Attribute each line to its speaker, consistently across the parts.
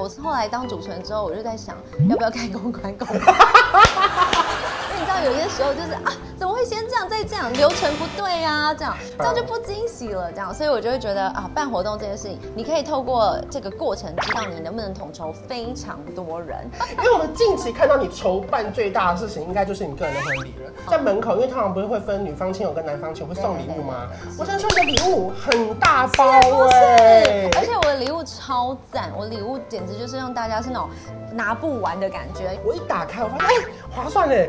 Speaker 1: 我是后来当主持人之后，我就在想，要不要开公关公司？ 因为你知道，有些时候就是啊，怎么会先这样再这样，流程不对啊，这样这样就不惊喜了，这样，所以我就会觉得啊，办活动这件事情，你可以透过这个过程，知道你能不能统筹非常多人。
Speaker 2: 因为我们近期看到你筹办最大的事情，应该就是你个人的婚礼了。在门口，因为通常不是会分女方亲友跟男方亲友会送礼物吗？我想说你的礼物很大包
Speaker 1: 不是
Speaker 2: 哎、，
Speaker 1: 而且我的礼物超赞，我礼物简直就是让大家是那种拿不完的感觉。
Speaker 2: 我一打开，我发现哎、划算嘞。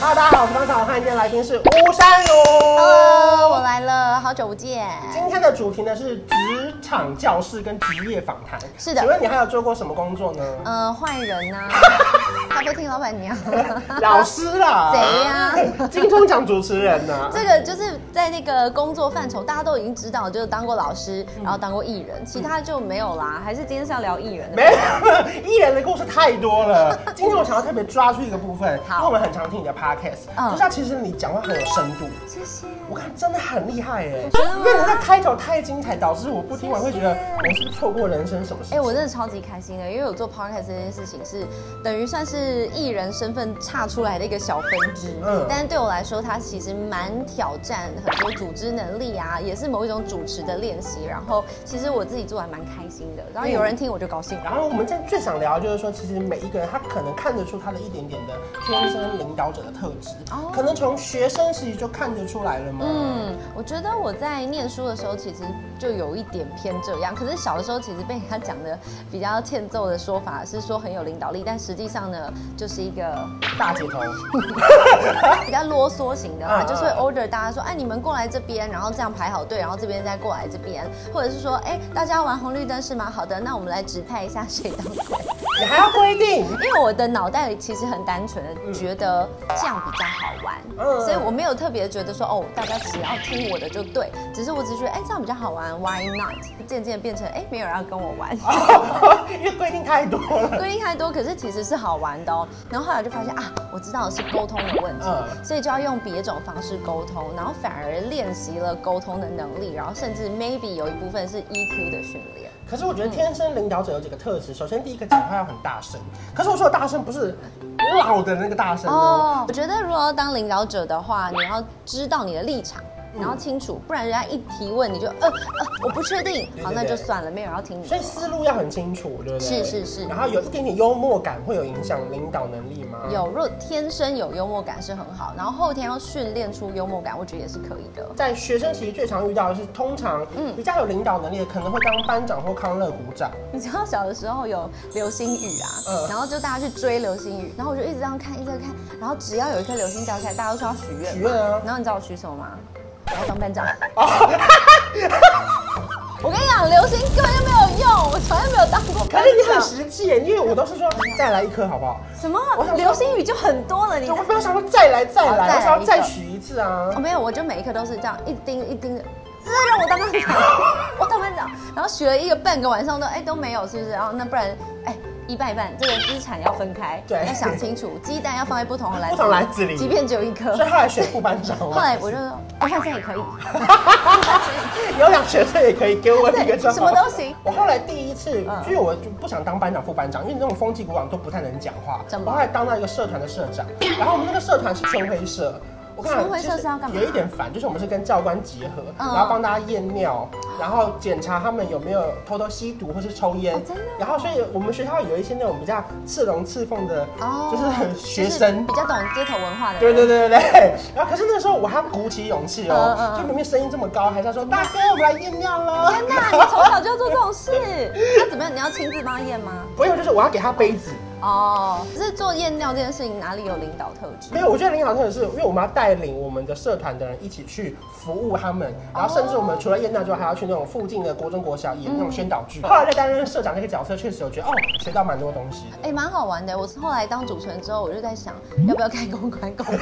Speaker 2: ！Hello，大家好，我是方小汉，今天来宾是吴山如。
Speaker 1: Hello，我来了，好久不见。
Speaker 2: 今天的主题呢是职场教室跟职业访谈。
Speaker 1: 是的
Speaker 2: 请问你还有做过什么工作呢？
Speaker 1: 呃，坏人呐、咖啡厅老板娘。啊
Speaker 2: 老师啦，
Speaker 1: 谁 呀
Speaker 2: 金钟奖主持 人呐、
Speaker 1: 这个就是在那个工作范畴，大家都已经知道，就是当过老师，然后当过艺人，其他就没有啦。还是今天是要聊艺人的
Speaker 2: 没，有，艺人的故事太多了。今天我想要特别抓住一个部分，因
Speaker 1: 好
Speaker 2: 为我们很常听你的 podcast，、
Speaker 1: 嗯
Speaker 2: 就是它其实你讲话很有深度。
Speaker 1: 谢谢。
Speaker 2: 我看真的很厉害耶，
Speaker 1: 真的吗
Speaker 2: 因为你的开头太精彩，导致我不听完会觉得
Speaker 1: 谢
Speaker 2: 我是不是错过人生什么事
Speaker 1: 哎、
Speaker 2: 情？
Speaker 1: 我真的超级开心的，欸因为我做 podcast 这件事情是等于算是艺人身份岔出来的一个小分支，
Speaker 2: 嗯
Speaker 1: 但是对我来说，它其实蛮挑战很多组织能力啊，也是某一种主持的练习。然后其实我自己做还蛮开心的，然
Speaker 2: 嗯
Speaker 1: 后有人听我就高兴了。
Speaker 2: 然后我们今天最想聊就是说，其实每一个人他可能看得出他的一点点的天生领导者的特质，
Speaker 1: 哦
Speaker 2: 可能从学生时期就看得出来了嘛。嗯，
Speaker 1: 嗯，我觉得我在念书的时候其实就有一点偏这样，可是小的时候其实被人家讲的比较欠揍的说法是说很有领导力，但实际上呢，就是一个啊
Speaker 2: 大姐头，
Speaker 1: 比较啰嗦型的
Speaker 2: 啊
Speaker 1: 话，
Speaker 2: 啊
Speaker 1: 就是会 order 大家说，哎，你们过来这边，然后这样排好队，然后这边再过来这边，或者是说，哎，大家玩红绿灯是吗？好的，那我们来指派一下谁当鬼。
Speaker 2: 你还要规定。
Speaker 1: 因为我的脑袋里其实很单纯的觉得这样比较好玩，
Speaker 2: 嗯
Speaker 1: 所以我没有特别觉得说哦，大家只要听我的就对，只是我只是觉得哎这样比较好玩，Why not？渐渐变成哎没有人要跟我 玩。
Speaker 2: 哦因为规定太多了。
Speaker 1: 规定太多，可是其实是好玩的哦。然后后来就发现啊，我知道是沟通的问题，
Speaker 2: 嗯
Speaker 1: 所以就要用别种方式沟通，然后反而练习了沟通的能力，然后甚至 maybe 有一部分是 EQ 的训练。
Speaker 2: 可是我觉得天生领导者有几个特质，首先第一个讲话要很大声，可是我说的大声不是老的那个大声哦，
Speaker 1: 我觉得如果要当领导者的话，你要知道你的立场。
Speaker 2: 嗯
Speaker 1: 然后清楚，不然人家一提问你就呃呃，我不确定，好
Speaker 2: 对对
Speaker 1: 那就算了，没有人要听你
Speaker 2: 所
Speaker 1: 的
Speaker 2: 以。思路要很清楚，对不对？
Speaker 1: 是是是
Speaker 2: 然后有一点点幽默感会有影响领导能力吗？。
Speaker 1: 有，如果天生有幽默感是很好，然后后天要训练出幽默感，我觉得也是可以的。
Speaker 2: 在学生其实最常遇到的是，通常
Speaker 1: 嗯
Speaker 2: 比较有领导能力的可能会当班长或康乐股长。
Speaker 1: 你知道小的时候有流星雨啊，
Speaker 2: 嗯
Speaker 1: 然后就大家去追流星雨，然后我就一直这样看，一直这样看，然后只要有一颗流星掉下来，大家都说要许愿
Speaker 2: 许
Speaker 1: 嘛。
Speaker 2: 愿啊，
Speaker 1: 然后你知道我许什么吗？我要当班长。
Speaker 2: 哦
Speaker 1: 我跟你讲，流星根本就没有用，我从来没有当过
Speaker 2: 可
Speaker 1: 班
Speaker 2: 是哎你很
Speaker 1: 长。
Speaker 2: 实际耶，因为我都是说再来一颗好不好？
Speaker 1: 什么
Speaker 2: 我想说
Speaker 1: 流星雨就很多了，你
Speaker 2: 我。没有想说再来再
Speaker 1: 哎好再
Speaker 2: 来，
Speaker 1: 来
Speaker 2: 我想要再
Speaker 1: 一个
Speaker 2: 许一次啊。
Speaker 1: 哦，没有，我就每一颗都是这样一丁一丁的，这让我当班 长，我当班长，然后学了一个半个晚上都哎都没有，是不是？然后那不然哎一半一半，这个资产要分开，
Speaker 2: 对
Speaker 1: 要想清楚，鸡蛋要放在不同的篮子，
Speaker 2: 不同篮子里
Speaker 1: 即便只有一颗
Speaker 2: 所。以后来选副班长嘛。
Speaker 1: 后来我就说，哎我发现也 可以，
Speaker 2: 有氧学生也可以给我一个
Speaker 1: 对，
Speaker 2: 就
Speaker 1: 什么。
Speaker 2: 好
Speaker 1: 都行。
Speaker 2: 我后来第一次，
Speaker 1: 嗯
Speaker 2: 因为我就不想当班长、副班长，因为那种风纪股长都不太能讲话。
Speaker 1: 怎么
Speaker 2: 我后来当到一个社团的社长， 然后我们那个社团是春晖社。我看
Speaker 1: 春晖社是要干嘛
Speaker 2: 其实有一点烦，就是我们是跟教官结合，
Speaker 1: 嗯
Speaker 2: 然后帮大家验尿，然后检查他们有没有偷偷吸毒或是抽烟。
Speaker 1: 哦真的哦
Speaker 2: 然后，所以我们学校有一些那种比较刺龙刺凤的，
Speaker 1: 哦
Speaker 2: 就是很学
Speaker 1: 就是
Speaker 2: 生
Speaker 1: 比。较懂街头文化的人，
Speaker 2: 对对对对对， 然后可是那时候我还鼓起勇气
Speaker 1: 嗯嗯
Speaker 2: 哦，
Speaker 1: 嗯
Speaker 2: 就明明声音这么高，还是要说大哥，我们来验尿了。
Speaker 1: 天哪，你从小就要做这种事， 那怎么样？你要亲自帮他验吗？
Speaker 2: 不用，就是我要给他杯子。
Speaker 1: 哦，只是做验尿这件事情哪里有领导特质？
Speaker 2: 没有，我觉得领导特质是因为我们要带领我们的社团的人一起去服务他们，然后甚至我们除了验尿之外，还要去那种附近的国中、国小演那种宣导
Speaker 1: 嗯
Speaker 2: 剧。后来在担任社长这个角色，确实有觉得哦，学到蛮多东西的。
Speaker 1: 哎、蛮好玩的。我后来当
Speaker 2: 嗯
Speaker 1: 主持人之后，我就在想，要不要开公关公司？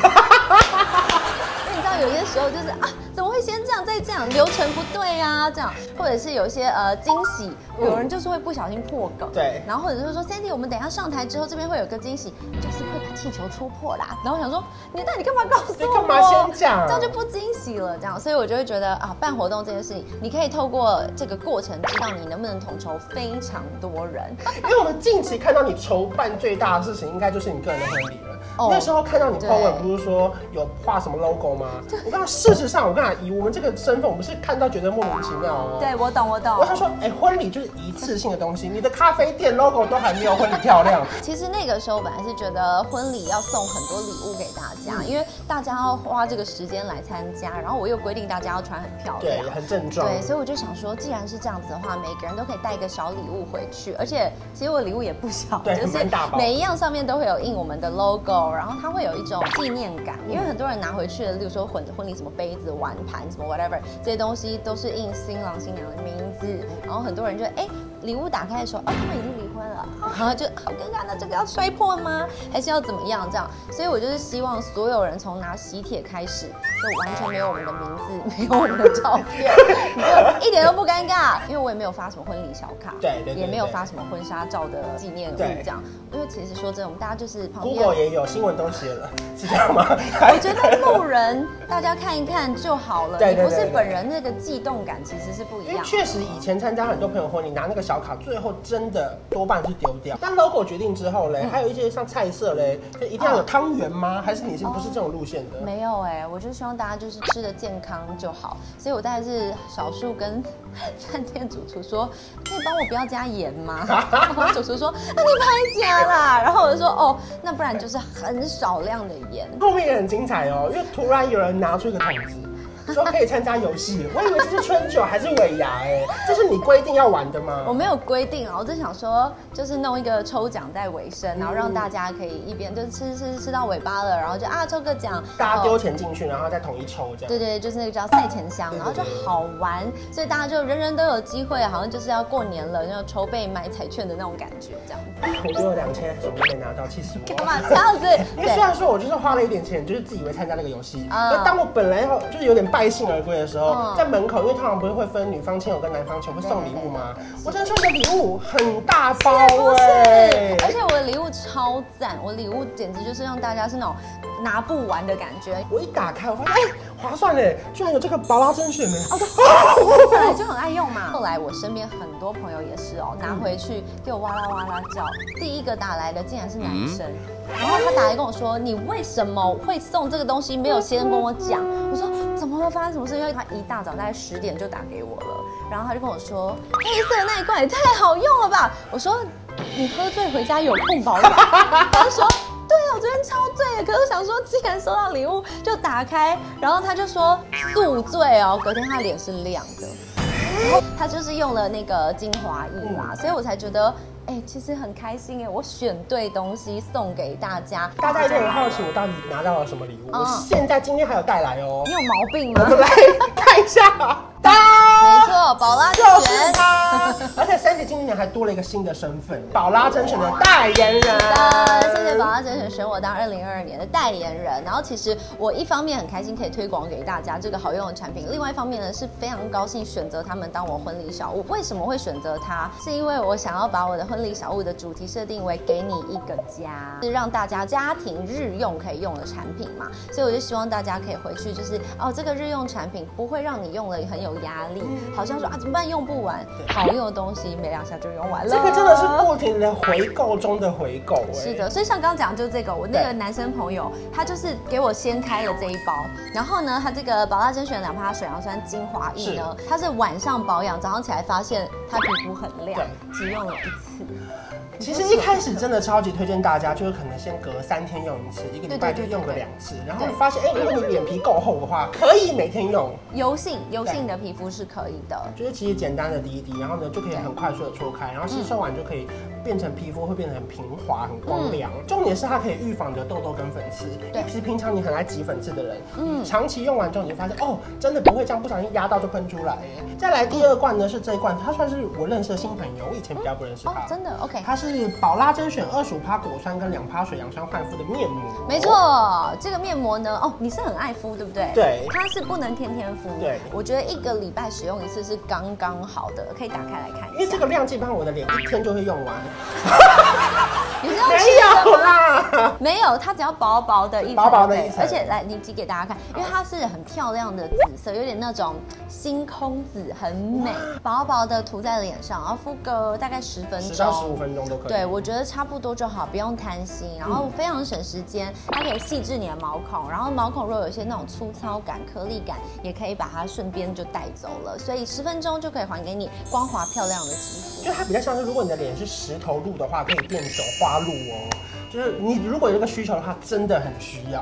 Speaker 1: 因为你知道，有些时候就是就是啊，怎么会先这样再这样，流程不对啊，这样，或者是有一些呃惊喜，
Speaker 2: 嗯
Speaker 1: 有人就是会不小心破梗，
Speaker 2: 对
Speaker 1: 然后或者是说 Sandy，我们等一下上台之后这边会有个惊喜，就是会把气球戳破啦。然后我想说，你到底干嘛告诉
Speaker 2: 你
Speaker 1: 我？
Speaker 2: 干嘛先讲
Speaker 1: 这样就不惊喜了，这样，所以我就会觉得啊，办活动这件事情，你可以透过这个过程知道你能不能统筹非常多 人。
Speaker 2: 因为我们近期看到你筹办最大的事情，应该就是你个人的婚礼了。
Speaker 1: 哦
Speaker 2: 那时候看到你 po 文，
Speaker 1: 对
Speaker 2: 不是说有画什么 logo 吗？我刚事实上，我刚才以我们这个身份，我们是看到觉得莫名其妙哦。
Speaker 1: 对，我懂，我懂
Speaker 2: 我。想说，哎、婚礼就是一次性的东西，你的咖啡店 logo 都还没有婚礼漂亮。
Speaker 1: 其实那个时候本来是觉得婚礼要送很多礼物给大
Speaker 2: 嗯
Speaker 1: 家，因为大家要花这个时间来参加，然后我又规定大家要穿很漂
Speaker 2: 对
Speaker 1: 亮，。
Speaker 2: 很郑重。
Speaker 1: 对，所以我就想说，既然是这样子的话，每个人都可以带一个小礼物回去，而且其实我礼物也不小，
Speaker 2: 对
Speaker 1: 就是
Speaker 2: 蛮大包
Speaker 1: 每一样上面都会有印我们的 logo，然后它会有一种纪念感，因为很多人拿回去的，例如说婚婚礼什么杯子、碗盘什么 whatever 这些东西都是印新郎新娘的名字，然后很多人就哎。礼物打开的时候，哦，他们已经离婚了，然后就好尴尬。那这个要摔破吗？还是要怎么样？这样，所以我就是希望所有人从拿喜帖开始，就完全没有我们的名字，没有我们的照片，就一点都不尴尬，因为我也没有发什么婚礼小卡，
Speaker 2: 对对对
Speaker 1: 也没有
Speaker 2: 对
Speaker 1: 发什么婚纱照的纪念物
Speaker 2: 对
Speaker 1: 这样。因为其实说真的，我们大家就是旁边
Speaker 2: Google 也有新闻都写了，是这样吗？
Speaker 1: 我觉得路人大家看一看就好了，
Speaker 2: 对
Speaker 1: 你
Speaker 2: 对
Speaker 1: 不
Speaker 2: 对
Speaker 1: 是
Speaker 2: 对
Speaker 1: 本人那个悸动感其实是不一
Speaker 2: 因为
Speaker 1: 样的。
Speaker 2: 确实以前参加很多朋友婚礼，拿那个小卡，最后真的多半是丢掉。但 logo 决定之后
Speaker 1: 嗯
Speaker 2: 嘞，还有一些像菜色嘞，就一定要有汤圆吗？还是你是不是这种路线的？
Speaker 1: 哦没有哎、我就希望大家就是吃的健康就好，所以我大概是少数跟饭店主厨说， 可以帮我不要加盐吗？ 然后主厨说，那你拍加啦。然后我就说，哦，那不然就是很少量的盐。
Speaker 2: 后面也很精彩哦，因为突然有人拿出一个桶子，说可以参加游戏，我以为这是春酒还是尾牙 哎，这是你规定要玩的
Speaker 1: 我
Speaker 2: 吗？
Speaker 1: 没有规定啊，我只想说，就是弄一个抽奖在尾声，然后让大家可以一边就是吃吃吃到尾巴了，然后就啊抽个奖，
Speaker 2: 大
Speaker 1: 然
Speaker 2: 家
Speaker 1: 后
Speaker 2: 丢钱进去，然后再统一抽这样。
Speaker 1: 对对，就是那个叫赛前香，
Speaker 2: 对对
Speaker 1: 然后就
Speaker 2: 对对
Speaker 1: 好玩，所以大家就人人都有机会，好像就是要过年了，然后筹备买彩券的那种感觉，这样子。
Speaker 2: 我丢了两千，什么都没拿到，气死我！
Speaker 1: 干嘛嗯这样子？
Speaker 2: 因为虽然说我就是花了一点钱，就是自以为参加那个游戏，
Speaker 1: 啊
Speaker 2: 那、当我本来要就是有点败兴而归的时候，
Speaker 1: 嗯
Speaker 2: 在门口，因为通常不是会分女方亲友跟男方亲友会送礼物吗？我真的收的礼物很大包
Speaker 1: 不
Speaker 2: 哎、
Speaker 1: 是，而且我的礼物超赞，我礼物简直就是让大家是那种拿不完的感觉。
Speaker 2: 我一打开，我发现哎、划算嘞，居然有这个啊宝宝甄选呢。
Speaker 1: 我本来就很爱用嘛。后来我身边很多朋友也是哦，拿回去给我哇啦哇啦叫。第一个打来的竟然是男生，然后他打来跟我说：“你为什么会送这个东西？没有先跟我讲。”我说：“怎么了？发生什么事？”因为他一大早大概十点就打给我了，然后他就跟我说：“黑色的那一罐也太好用了吧？”我说：“你喝醉回家有空保养。” 他就说。对啊，我昨天超醉的，可是我想说，既然收到礼物就打开，然后他就说宿醉哦，隔天他脸是亮的，然后他就是用了那个精华液嘛，所以我才觉得，哎、其实很开心哎，我选对东西送给大家，
Speaker 2: 大家一定很好奇我到底拿到了什么礼物，
Speaker 1: 嗯
Speaker 2: 我现在今天还有带来哦
Speaker 1: 你，有毛病吗
Speaker 2: 我？们来看一 下，
Speaker 1: 没
Speaker 2: 当。
Speaker 1: 错，宝拉就
Speaker 2: 就是
Speaker 1: 选。
Speaker 2: 他， 而且三姐今年还多了一个新的身份——宝拉甄选的代言人。
Speaker 1: 的，谢谢宝拉甄选选我当二零二二年的代言人。然后其实我一方面很开心可以推广给大家这个好用的产品，另外一方面呢是非常高兴选择他们当我婚礼小物。为什么会选择它？是因为我想要把我的婚礼小物的主题设定为给你一个家，是让大家家庭日用可以用的产品嘛。所以我就希望大家可以回去就是哦，这个日用产品不会让你用了很有压力，
Speaker 2: 嗯
Speaker 1: 好像说啊怎么办用不完，好用的东西没两下就用完了。
Speaker 2: 这个真的是不停的回购中的回购、哎
Speaker 1: 是的，所以像刚刚讲就是这个，我那个男生朋友他就是给我先开了这一包，然后呢，他这个宝拉甄选两趴水杨酸精华液呢，它是晚上保养，早上起来发现它皮肤很亮
Speaker 2: 对，
Speaker 1: 只用了一次。
Speaker 2: 其实一开始真的超级推荐大家，就是可能先隔三天用一次，一个礼拜就
Speaker 1: 对对对
Speaker 2: 用个
Speaker 1: 对
Speaker 2: 两次，然后你
Speaker 1: 对
Speaker 2: 发现，哎、如果你脸皮够厚的话，可以每天用。
Speaker 1: 油性油性的皮肤是可以的，嗯
Speaker 2: 就是其实简单的滴一滴，然后呢就可以很快速的搓开，然后吸收完就可以变成皮肤会变得很平滑、很光亮。重点是它可以预防你的痘痘跟粉刺。
Speaker 1: 嗯对
Speaker 2: 尤其是平常你很爱挤粉刺的人，
Speaker 1: 嗯
Speaker 2: 嗯，长期用完之后，你就发现哦，真的不会这样不小心压到就喷出来。哎再来第二罐呢是这一罐，它算是我认识的新朋友，我以前比较不认识
Speaker 1: 哦
Speaker 2: 它，。
Speaker 1: 真的 OK。
Speaker 2: 它是宝拉甄选二十五趴果酸跟两趴水杨酸焕肤的面膜，
Speaker 1: 没。错，这个面膜呢，哦，你是很爱敷，对不对？
Speaker 2: 对
Speaker 1: 它是不能天天敷。
Speaker 2: 对
Speaker 1: 我觉得一个礼拜使用一次是刚刚好的，可以打开来看
Speaker 2: 因
Speaker 1: 一
Speaker 2: 为
Speaker 1: 下
Speaker 2: 这。个量基本上我的脸一天就 会用完，
Speaker 1: 你知道
Speaker 2: 没
Speaker 1: 吃
Speaker 2: 有
Speaker 1: 的吗？
Speaker 2: 啦，
Speaker 1: 没有，它只要薄薄的一层，
Speaker 2: 薄薄的
Speaker 1: 对
Speaker 2: 一层
Speaker 1: 而且来你挤给大家看，因为它是很漂亮的紫色，有点那种星空紫，很美，薄薄的涂在脸上，然后敷个大概十分钟，
Speaker 2: 十到十五分钟都可以。
Speaker 1: 对，我觉得差不多就好，不用贪心，然后非常省时间，它可以细致你的毛孔，然后毛孔若有一些那种粗糙感、颗粒感，也可以把它顺便就带走了，所以十分钟就可以还给你光滑漂亮的肌肤。
Speaker 2: 就它比较像是，如果你的脸是石头路的话，可以变走花路哦。就是你如果有这个需求的话，真的很需要。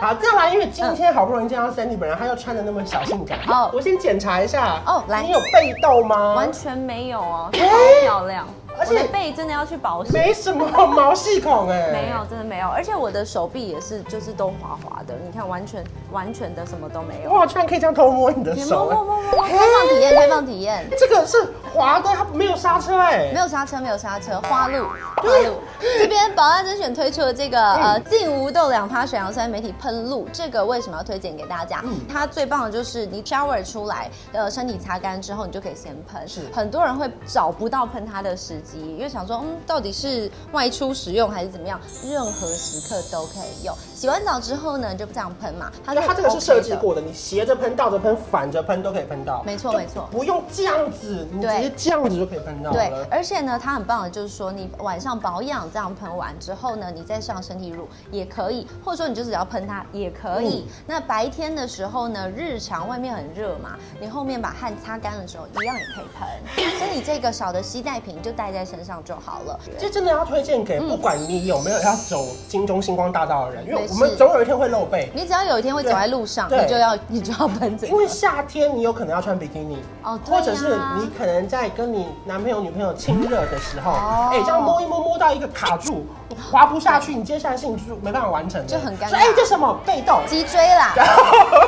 Speaker 2: 好，再来，因为今天好不容易见到 Sandy 本人，她又穿的那么小性感。
Speaker 1: 哦
Speaker 2: 哦，我先检查一下。
Speaker 1: 哦来
Speaker 2: 你有被痘吗？
Speaker 1: 完全没有哦，
Speaker 2: 哎
Speaker 1: 超漂亮，
Speaker 2: 而且
Speaker 1: 我的背真的要去保湿。
Speaker 2: 没什么毛细孔哎、
Speaker 1: 没有，。真的没有，而且我的手臂也是，就是都滑滑的，你看完全完全的什么都没有。
Speaker 2: 哇，居然可以这样偷摸你的
Speaker 1: 你摸
Speaker 2: 手、
Speaker 1: 摸
Speaker 2: 欸！
Speaker 1: 摸摸摸，开放体验，开放体验，
Speaker 2: 这个是滑的，它没有刹车哎、
Speaker 1: 没有刹车，没有刹车，花路，花路。这边宝安甄选推出的这个呃净无痘两趴水杨酸媒体喷露，这个为什么要推荐给大家？
Speaker 2: 嗯
Speaker 1: 它最棒的就是你 shower 出来，呃，身体擦干之后，你就可以先喷。
Speaker 2: 是
Speaker 1: 很多人会找不到喷它的时机，因为想说，嗯，到底是外出使用还是怎么样？任何时刻都可以用。洗完澡之后呢，你就这样喷嘛。它
Speaker 2: 那它这个是
Speaker 1: OK 的
Speaker 2: 设计过的，你斜着喷、倒着喷、反着喷都可以喷到。
Speaker 1: 没错
Speaker 2: 就
Speaker 1: 没错
Speaker 2: 不用这样子，你直
Speaker 1: 对
Speaker 2: 接这样子就可以喷到
Speaker 1: 对
Speaker 2: 了，。
Speaker 1: 而且呢，它很棒的就是说，你晚上保养这样喷完之后呢，你再上身体乳也可以，或者说你就只要喷它也可以。
Speaker 2: 嗯
Speaker 1: 那白天的时候呢，日常外面很热嘛，你后面把汗擦干了之后，一样也可以 喷。所以你这个小的吸带瓶就带在身上就好了。
Speaker 2: 这真的要推荐给不管你有没有要走金钟星光大道的人，因为
Speaker 1: 嗯没事
Speaker 2: 我们总有一天会露背。
Speaker 1: 你只要有一天会走在路上，
Speaker 2: 对
Speaker 1: 你就要 你就要喷这
Speaker 2: 因
Speaker 1: 个。
Speaker 2: 为夏天你有可能要穿比基尼，
Speaker 1: 哦对呀
Speaker 2: 或者是你可能在跟你男朋友、女朋友亲热的时候，
Speaker 1: 哦
Speaker 2: 哎、这样摸一摸摸到一个卡 住，滑不下去，你接下来性就没办法完成了，
Speaker 1: 就很尴尬
Speaker 2: 说哎、这什么被动？
Speaker 1: 脊椎 啦，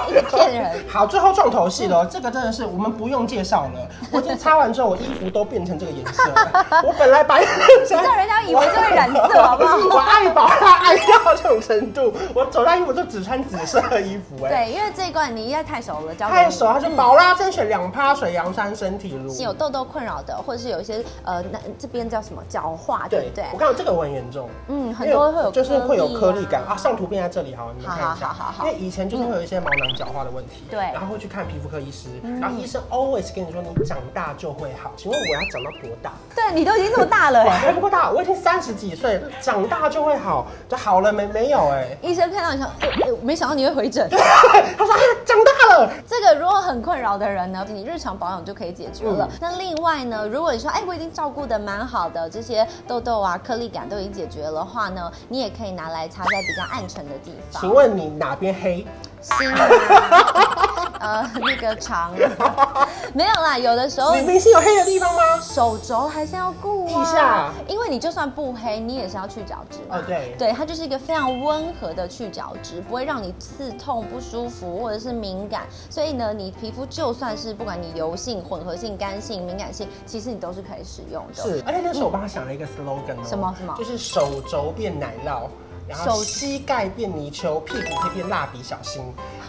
Speaker 1: 一直骗人。
Speaker 2: 好，最后重头戏了，这个真的是我们不用介绍了。我已经擦完之后，我衣服都变成这个颜色 了。我本来白衫，
Speaker 1: 让人家以为这会染色好不好
Speaker 2: 我 爱宝它爱到这种程度，我走到衣服就只穿紫色的衣服、哎，
Speaker 1: 对，因为这一罐你应该太熟了，交给
Speaker 2: 太
Speaker 1: 你
Speaker 2: 熟，它是宝拉甄选两趴水杨山身体乳。
Speaker 1: 有痘痘困扰的，或者是有一些呃，那这边叫什么角化，对
Speaker 2: 对
Speaker 1: 不对，
Speaker 2: 我？看到这个我很严重。
Speaker 1: 嗯，很多会有
Speaker 2: 就是会有颗粒
Speaker 1: 啊
Speaker 2: 感啊，上图片在这里好，你们看一
Speaker 1: 好
Speaker 2: 下。
Speaker 1: 好好好好嗯
Speaker 2: 因为以前就是会有一些毛囊角化的问题，
Speaker 1: 对嗯
Speaker 2: 然后会去看皮肤科医师，然后医生 always 跟你说你长大就会好。请问我要长到多大？
Speaker 1: 对你都已经这么大了
Speaker 2: 我
Speaker 1: 哎、
Speaker 2: 还不够大，我已经三十几岁，长大就会好，就好了没？没有 哎、
Speaker 1: 医生看到你说，哎、哎没想到你会回诊。
Speaker 2: 他说啊，长大了。
Speaker 1: 这个如果很困扰的人呢，你日常保养就可以解决
Speaker 2: 嗯
Speaker 1: 了。那另外呢，如果你说，哎，我已经照顾的蛮好的，这些痘痘啊、颗粒感都已经解决了的话呢，你也可以拿来擦在比较暗沉的地方，
Speaker 2: 请问你哪边黑？
Speaker 1: 心啊， 呃，那个肠 啊，没有啦，有的时候
Speaker 2: 你明星有黑的地方吗？
Speaker 1: 手肘还是要顾啊
Speaker 2: 一下
Speaker 1: 因为你就算不黑，你也是要去角质嘛。
Speaker 2: 哦对
Speaker 1: 对，它就是一个非常温和的去角质，不会让你刺痛、不舒服或者是敏感。所以呢，你皮肤就算是不管你油性、混合性、干性、敏感性，其实你都是可以使用的。
Speaker 2: 是，而且那时候我帮他想了一个 slogan 哦，
Speaker 1: 什么什么
Speaker 2: 就是手肘变奶酪。然
Speaker 1: 手
Speaker 2: 后膝盖变泥鳅，屁股可以变蜡笔小新，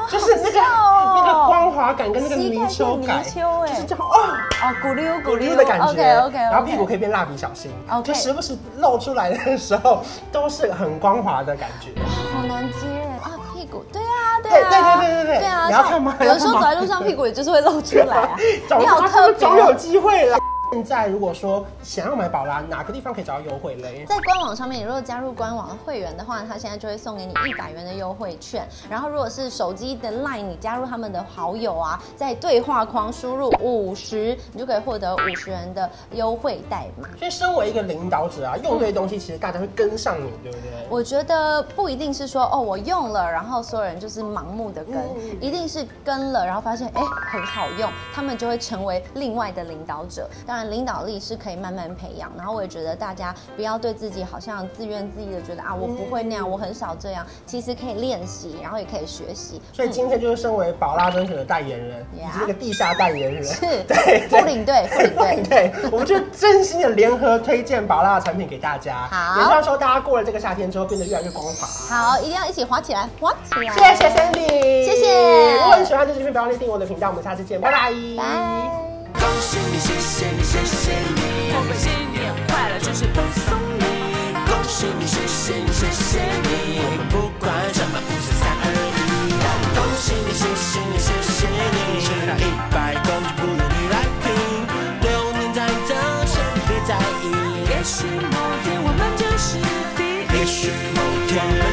Speaker 2: 就是那个
Speaker 1: 好笑哦
Speaker 2: 那个光滑感跟那个
Speaker 1: 膝
Speaker 2: 泥
Speaker 1: 盖
Speaker 2: 鳅
Speaker 1: 变
Speaker 2: 感，
Speaker 1: 泥鳅哎
Speaker 2: 就是这样哦，
Speaker 1: 哦，咕溜
Speaker 2: 咕溜的感觉
Speaker 1: OK OK，
Speaker 2: 然后屁股可
Speaker 1: 以。
Speaker 2: 以变蜡笔小新
Speaker 1: OK
Speaker 2: 就时不时露出来的时候都是很光滑的感觉。
Speaker 1: 好难接啊，屁股，对啊，对
Speaker 2: 对
Speaker 1: 啊，
Speaker 2: 对对对对对
Speaker 1: 对啊。
Speaker 2: 你要看吗
Speaker 1: 像有的时候
Speaker 2: 你要看吗。
Speaker 1: 走在路上，屁股也就是会露出来啊
Speaker 2: 总
Speaker 1: 你好特
Speaker 2: 之
Speaker 1: 别哦，
Speaker 2: 总有机会啦。现在如果说想要买宝拉，哪个地方可以找到优惠嘞？
Speaker 1: 在官网上面，你如果加入官网的会员的话，他现在就会送给你一百元的优惠券。然后如果是手机的 LINE，你加入他们的好友啊，在对话框输入五十，你就可以获得五十元的优惠代码。
Speaker 2: 所以身为一个领导者啊，用对东西，其实大家会跟上你，对不对？
Speaker 1: 我觉得不一定是说哦，我用了，然后所有人就是盲目的跟，
Speaker 2: 嗯
Speaker 1: 一定是跟了，然后发现哎很好用，他们就会成为另外的领导者。当然，然领导力是可以慢慢培养，然后我也觉得大家不要对自己好像自怨自艾的觉得
Speaker 2: 嗯
Speaker 1: 啊我不会那样，我很少这样，其实可以练习，然后也可以学习。嗯
Speaker 2: 所以今天就是身为宝拉甄选的代言人，
Speaker 1: Yeah
Speaker 2: 你是这个地下代言
Speaker 1: 嗯
Speaker 2: 人，
Speaker 1: 是
Speaker 2: 对，
Speaker 1: 副领队副领队
Speaker 2: 对，我们就真心的联合推荐宝拉的产品给大家，
Speaker 1: 好
Speaker 2: 也希望说大家过了这个夏天之后变得越来越光滑。
Speaker 1: 好，一定要一起滑起来，滑起来！
Speaker 2: 谢谢 Sandy，
Speaker 1: 嗯谢谢
Speaker 2: 如果你喜欢这支影片，不要忘记订阅我的频道，我们下次见，拜拜，
Speaker 1: 拜。
Speaker 3: 恭喜你，谢谢你，谢谢你，我们新年快乐，就是恭送你。恭喜你，谢谢你，谢谢你，我们不管什么，不是三二一。恭喜你，谢谢你，谢谢你，吃了一百公斤不用你来拼，流年在走，先别在意。也许某天我们就是第一，也许某天我们